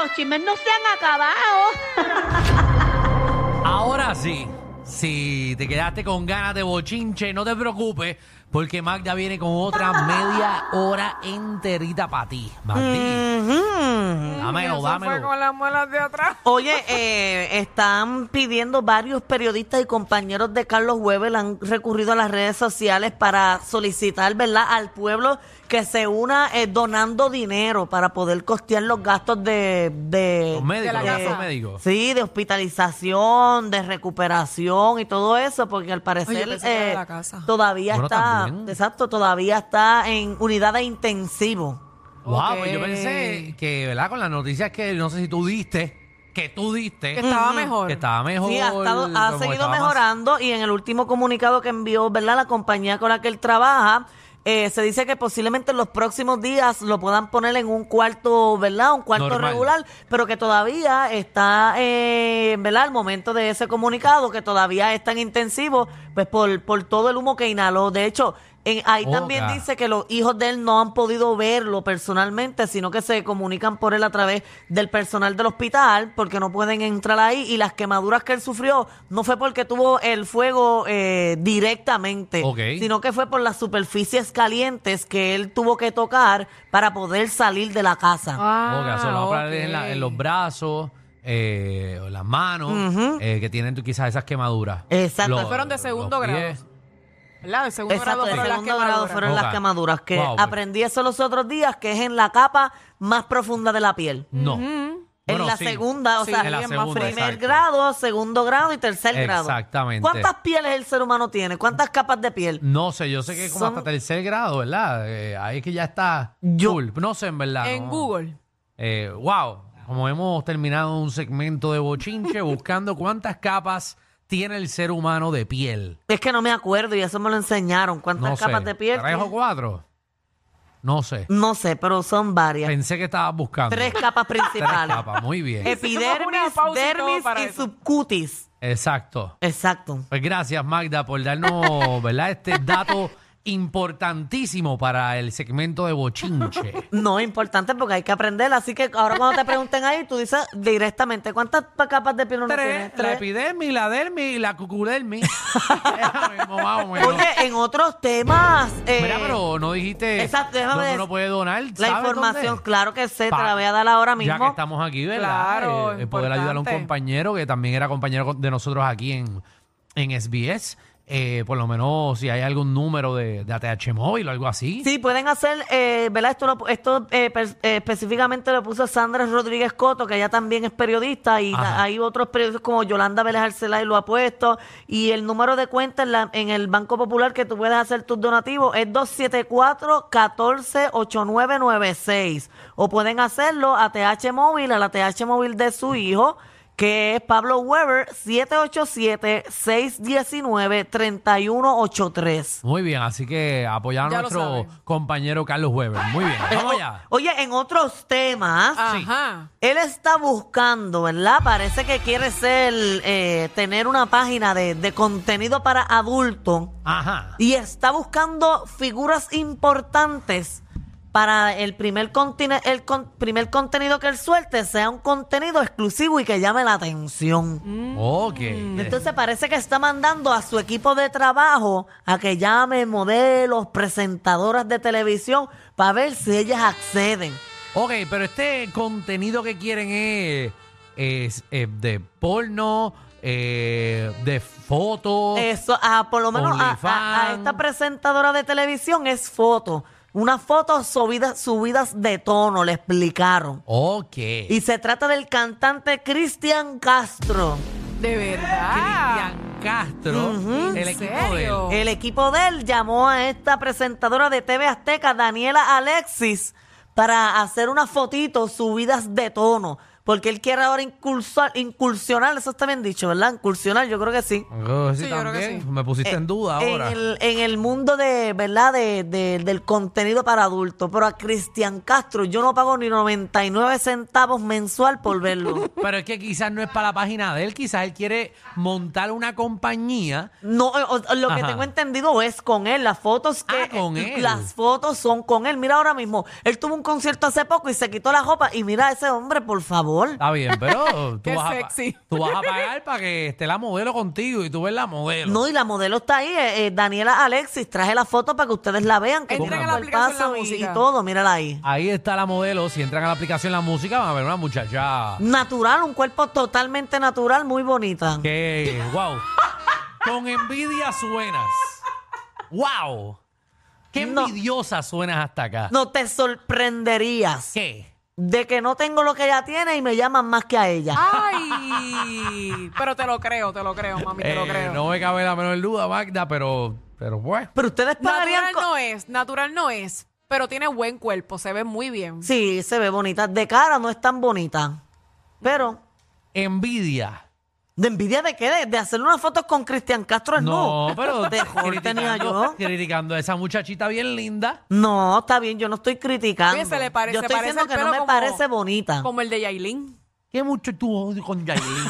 los chismes no se han acabado. Ahora sí, si te quedaste con ganas de bochinche, no te preocupes, porque Magda viene con otra media hora enterita para ti. Magdi, dámelo, Mm, Eso fue dámelo. con las muelas de atrás. Oye, eh, están pidiendo varios periodistas y compañeros de Carlos Huevel, han recurrido a las redes sociales para solicitar, ¿verdad?, al pueblo que se una eh, donando dinero para poder costear los gastos de... de- Los médicos, De la los gastos casa. médicos. Sí, de hospitalización, de recuperación y todo eso, porque al parecer pensé que era de eh, la casa. todavía Bueno, está, también. exacto, todavía está en unidad de intensivo. Wow, Ok. pues yo pensé que, ¿verdad? Con las noticias que no sé si tú diste, que tú diste, Que estaba mejor. que estaba mejor. Sí, ha, estado- ha como que seguido estaba más- mejorando y en el último comunicado que envió, ¿verdad? La compañía con la que él trabaja, eh, se dice que posiblemente en los próximos días lo puedan poner en un cuarto, ¿verdad? Un cuarto Normal. regular, pero que todavía está, eh, ¿verdad? Al momento de ese comunicado, que todavía es tan intensivo, pues por, por todo el humo que inhaló. De hecho, en- ahí Oca. también dice que los hijos de él no han podido verlo personalmente, sino que se comunican por él a través del personal del hospital, porque no pueden entrar ahí. Y las quemaduras que él sufrió no fue porque tuvo el fuego eh, directamente, Ok. sino que fue por las superficies calientes que él tuvo que tocar para poder salir de la casa. Ok, Ah, eso lo va a poner en, la- ok. en los brazos, eh, en las manos, eh, que tienen quizás esas quemaduras. Exacto. Fueron de segundo los grado. pies. ¿Verdad? De segundo Exacto, grado de fueron las segundo grado quemaduras. fueron Ok. las quemaduras, que Wow, pues. aprendí eso los otros días, que es en la capa más profunda de la piel. No. Bueno, en la sí. segunda, o Sí, sea, en la segunda, primer exacto. grado, segundo grado y tercer grado. Exactamente. ¿Cuántas pieles el ser humano tiene? ¿Cuántas capas de piel? No sé, yo sé que como Son- hasta tercer grado, ¿verdad? Eh, ahí es que ya está. Yo- full. No sé, en verdad. En no. Google. Eh, wow. Como hemos terminado un segmento de bochinche buscando cuántas capas tiene el ser humano de piel. Es que no me acuerdo y eso me lo enseñaron. ¿Cuántas No sé. capas de piel? ¿Tres o tiene? cuatro? No sé. No sé, pero son varias. Pensé que estabas buscando. Tres capas Tres principales. capas. Muy bien. Hicimos una Epidermis, pausa y todo dermis para y eso. subcutis. Exacto. Exacto. Pues gracias, Magda, por darnos, ¿verdad? Este dato importantísimo para el segmento de bochinche. No, importante porque hay que aprender. Así que ahora cuando te pregunten ahí, tú dices directamente, ¿cuántas pa- capas de piel uno tiene? Tres, la epidermis, la dermis y la cucudermis. Eso mismo, más o menos. Oye, en otros temas... eh, Mira, pero no dijiste Exacto, déjame dónde ver. uno puede donar. La ¿sabes información, dónde? claro que sé, Pa- te la voy a dar ahora Ya que mismo. estamos aquí, ¿verdad? Claro, Eh, poder ayudar a un importante. compañero que también era compañero con- de nosotros aquí en, en SBS. Eh, por lo menos si hay algún número de, de ATH móvil o algo así. Sí, pueden hacer, eh, ¿verdad? Esto, lo- esto eh, per- eh, específicamente lo puso Sandra Rodríguez Coto, que ella también es periodista, y Ajá. hay otros periodistas como Yolanda Vélez Arcelay lo ha puesto, y el número de cuenta en, la- en el Banco Popular que tú puedes hacer tus donativos es 274-148996. O pueden hacerlo a TH Móvil, a la TH Móvil de su hijo, que es Pablo Weber, 787-619-3183. Muy bien, así que apoyar a Ya lo nuestro saben. compañero Carlos Weber. Muy bien, vamos allá. Oye, en otros temas, Ajá. él está buscando, ¿verdad? Parece que quiere ser, eh, tener una página de, de contenido para adultos Ajá. y está buscando figuras importantes para el primer, contine- el con- primer contenido que él suelte sea un contenido exclusivo y que llame la atención. Mm. Ok. Entonces parece que está mandando a su equipo de trabajo a que llamen modelos, presentadoras de televisión, para ver si ellas acceden. Ok, pero este contenido que quieren es, es, eh, de porno, eh, de fotos. Eso, ah, por lo menos a, a- a OnlyFans. esta presentadora de televisión es foto. Unas fotos subidas, subidas de tono, le explicaron. Ok. Y se trata del cantante Cristian Castro. De verdad. Cristian Castro, el ¿En equipo de él. serio? El equipo de él llamó a esta presentadora de TV Azteca, Daniela Alexis, para hacer unas fotitos subidas de tono. Porque él quiere ahora incursar- incursionar, eso está bien dicho, ¿verdad? Incursionar, yo creo que sí. Oh, sí, Sí, yo creo que también. sí. Me pusiste en duda ahora. En el, en el mundo de, ¿verdad? De, de- del contenido para adultos. Pero a Cristian Castro yo no pago ni 99 centavos mensual por verlo. Pero es que quizás no es para la página de él, quizás él quiere montar una compañía. No, eh, o- o lo que Ajá. tengo entendido es con él, las fotos que eh, Ah, con él. las fotos son con él. Mira ahora mismo, él tuvo un concierto hace poco y se quitó la ropa y mira a ese hombre, por favor. Está bien, pero tú, Qué vas a, pa- sexy. tú vas a pagar para que esté la modelo contigo y tú ves la modelo. No, y la modelo está ahí, eh, eh, Daniela Alexis, traje la foto para que ustedes la vean, que Entren tiene a la aplicación La y, Música. y todo, mírala ahí. Ahí está la modelo. Si entran a la aplicación la música, van a ver una muchacha Natural, un cuerpo totalmente natural, muy bonita. que, wow, con envidia suenas. Wow. Qué No. envidiosa suenas hasta acá. No te sorprenderías ¿Qué? de que no tengo lo que ella tiene y me llaman más que a ella. Ah, Ay, pero te lo creo, te lo creo, mami, te lo Eh, creo. no me cabe la menor duda, Magda, pero, pero pues, bueno. Pero ustedes pagarían... natural co- no es, natural no es, pero tiene buen cuerpo, se ve muy bien. Sí, se ve bonita. De cara no es tan bonita. Pero, Envidia. ¿de envidia de qué? De, de hacerle unas fotos con Cristian Pues Castro al No, pero de joven tenía yo. criticando a esa muchachita bien linda. No, está bien, yo no estoy criticando. Oye, se le parece- yo estoy parece diciendo el que no pelo me como- parece bonita. Como el de Yailin. Qué mucho tú odio con Yailin.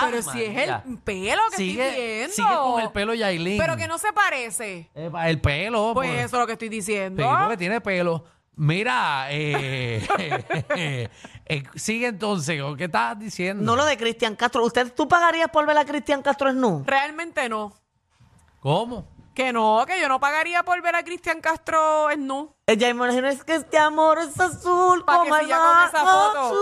Pero si es María. el pelo que estoy Ah, sigue, viendo. sigue con el pelo Yailin. Pero que no se parece. Eh, pa- El pelo. Pues por- eso es lo que estoy diciendo. Sí, porque tiene pelo. Mira, eh, eh, eh, sigue entonces, ¿qué estabas diciendo? No lo de Cristian Castro. ¿Usted, tú pagarías por ver a Cristian Castro nu? Realmente no. ¿Cómo? Que no, que yo no pagaría por ver a Cristian Castro en nu. Ella imagina es que este amor es azul Para como que el si ya con mar esa foto, azul.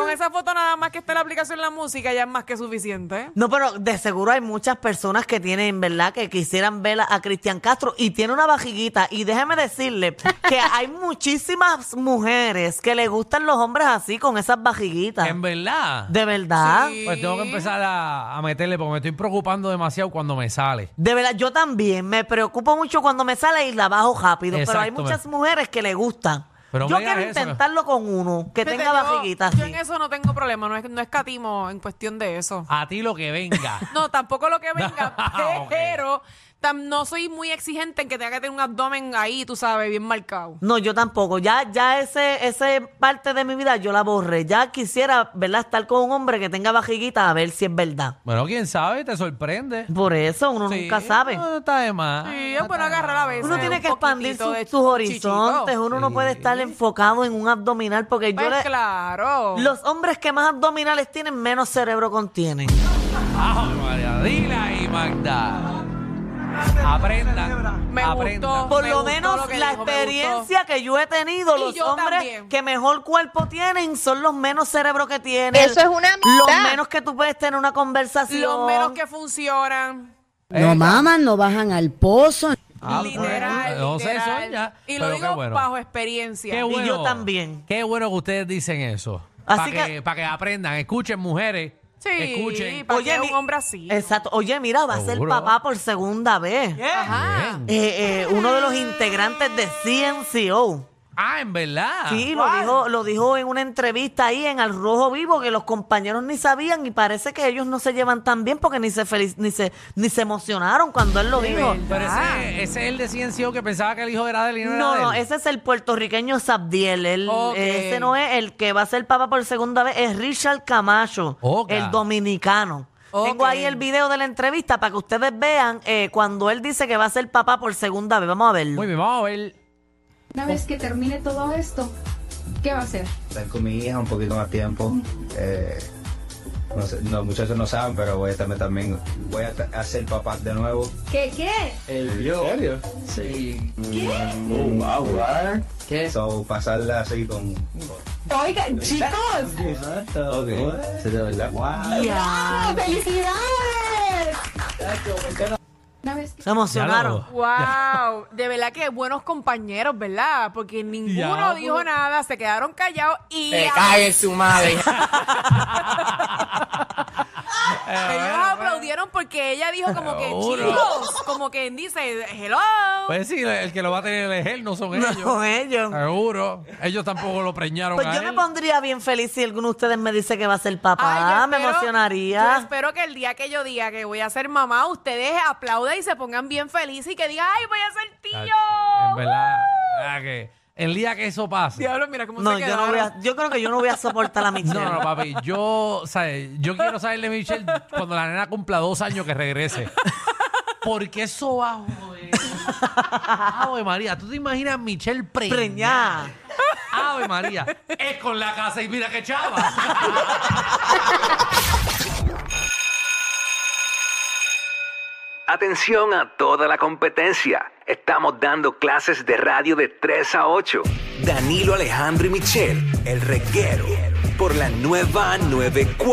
con esa foto nada más que esté la aplicación la música ya es más que suficiente. No, pero de seguro hay muchas personas que tienen, ¿verdad?, que quisieran ver a, a Cristian Castro y tiene una bajiguita. Y déjeme decirle que hay muchísimas mujeres que le gustan los hombres así, con esas bajiguitas. En verdad. De verdad. Sí. Pues tengo que empezar a, a meterle porque me estoy preocupando demasiado cuando me sale. De verdad, yo también me preocupo mucho cuando me sale y la bajo rápido, pero hay Exacto. muchas mujeres que le gustan. Pero yo me digas quiero eso, intentarlo con uno que Fíjate, tenga yo- bajiguita Yo así. en eso no tengo problema, no es, no escatimo en cuestión de eso. A ti lo que venga. No, tampoco lo que venga, Ah, ok. pero tam- no soy muy exigente en que tenga que tener un abdomen ahí, tú sabes, bien marcado. No, yo tampoco. Ya, ya ese, ese parte de mi vida yo la borré. Ya quisiera, ¿verdad? Estar con un hombre que tenga bajiguita a ver si es verdad. bueno, quién sabe, te sorprende. Por eso uno Sí, nunca sabe. No está de más. Sí, No es bueno está de agarrar a más. veces. Uno tiene un que expandir poquitito sus- de sus horizontes. chichito. Uno no puede estar enfocado en un abdominal porque yo Pues le- claro. los hombres que más abdominales tienen, menos cerebro contienen. Ay, María, dila y Magda. Aprendan. Me aprendan. gustó. Por lo gustó menos lo que la dijo, me experiencia que yo he tenido, Y los yo hombres también. que mejor cuerpo tienen son los menos cerebro que tienen. Eso es una Los maldad. menos que tú puedes tener una conversación. Los menos que funcionan. Eh, No maman, no bajan al pozo. Ah, literal, bueno, no sé, literal. son ya, Y lo pero qué digo bueno. bajo experiencia. Qué Y bueno. yo también. Qué bueno que ustedes dicen eso. Para Así que, que- pa' que aprendan. Escuchen, mujeres. Sí, Escuchen. para que mi- un hombre así. Exacto. Oye, mira, va a ser Seguro. papá por segunda vez. Ajá. Bien. Eh, eh, uno de los integrantes de CNCO. Ah, en verdad. Sí, lo dijo, lo dijo en una entrevista ahí en Al Rojo Vivo que los compañeros ni sabían y parece que ellos no se llevan tan bien porque ni se feliz, ni se ni se emocionaron cuando él lo dijo. Pero ese, ese es el de Ciencio que pensaba que el hijo era de él y no, No, era Ah. no, de él. ese es el puertorriqueño Sabdiel. El, Ok. Ese no es el que va a ser papa por segunda vez, es Richard Camacho, Ok. el dominicano. Ok. Tengo ahí el video de la entrevista para que ustedes vean eh, cuando él dice que va a ser papá por segunda vez. Vamos a verlo. Muy bien, vamos a ver. Una vez que termine todo esto, ¿qué va a hacer? estar con mi hija un poquito más tiempo. Eh, no sé, los muchachos no saben, pero voy a estarme también. Voy a ta- a ser papá de nuevo. ¿Qué qué? So, pasarla así con. Oigan, chicos, Ok. ¡ah, felicidades. Una vez que Se emocionaron. Ya Wow, de verdad que buenos compañeros, ¿verdad? Porque ninguno Diablo. dijo nada, se quedaron callados y ellos Eh, aplaudieron porque ella dijo como que Seguro. chicos, como que dice hello. Pues sí, el que lo va a tener es él, no son No, ellos. ellos. Seguro. Ellos tampoco lo preñaron Pues a yo él. me pondría bien feliz si alguno de ustedes me dice que va a ser Ay, papá. yo Ah, me espero- Yo emocionaría. espero que el día que yo diga que voy a ser mamá, ustedes aplaudan y se pongan bien felices y que digan, ay, voy a ser tío. En verdad. ah, que el día que eso pase. Diablo, mira cómo No, se yo quedaron. no voy a, yo creo que yo no voy a soportar a Michelle. No, no, papi, yo, ¿sabes? yo quiero saberle a Michelle cuando la nena cumpla dos años que regrese. Porque eso va, joder. Ave María, ¿tú te imaginas a Michelle preñada? Preñá. Ave María. Es con la casa y mira que chava. Atención a toda la competencia. Estamos dando clases de radio de 3 a 8. Danilo Alejandro y Michel, el reguero, por la nueva 94.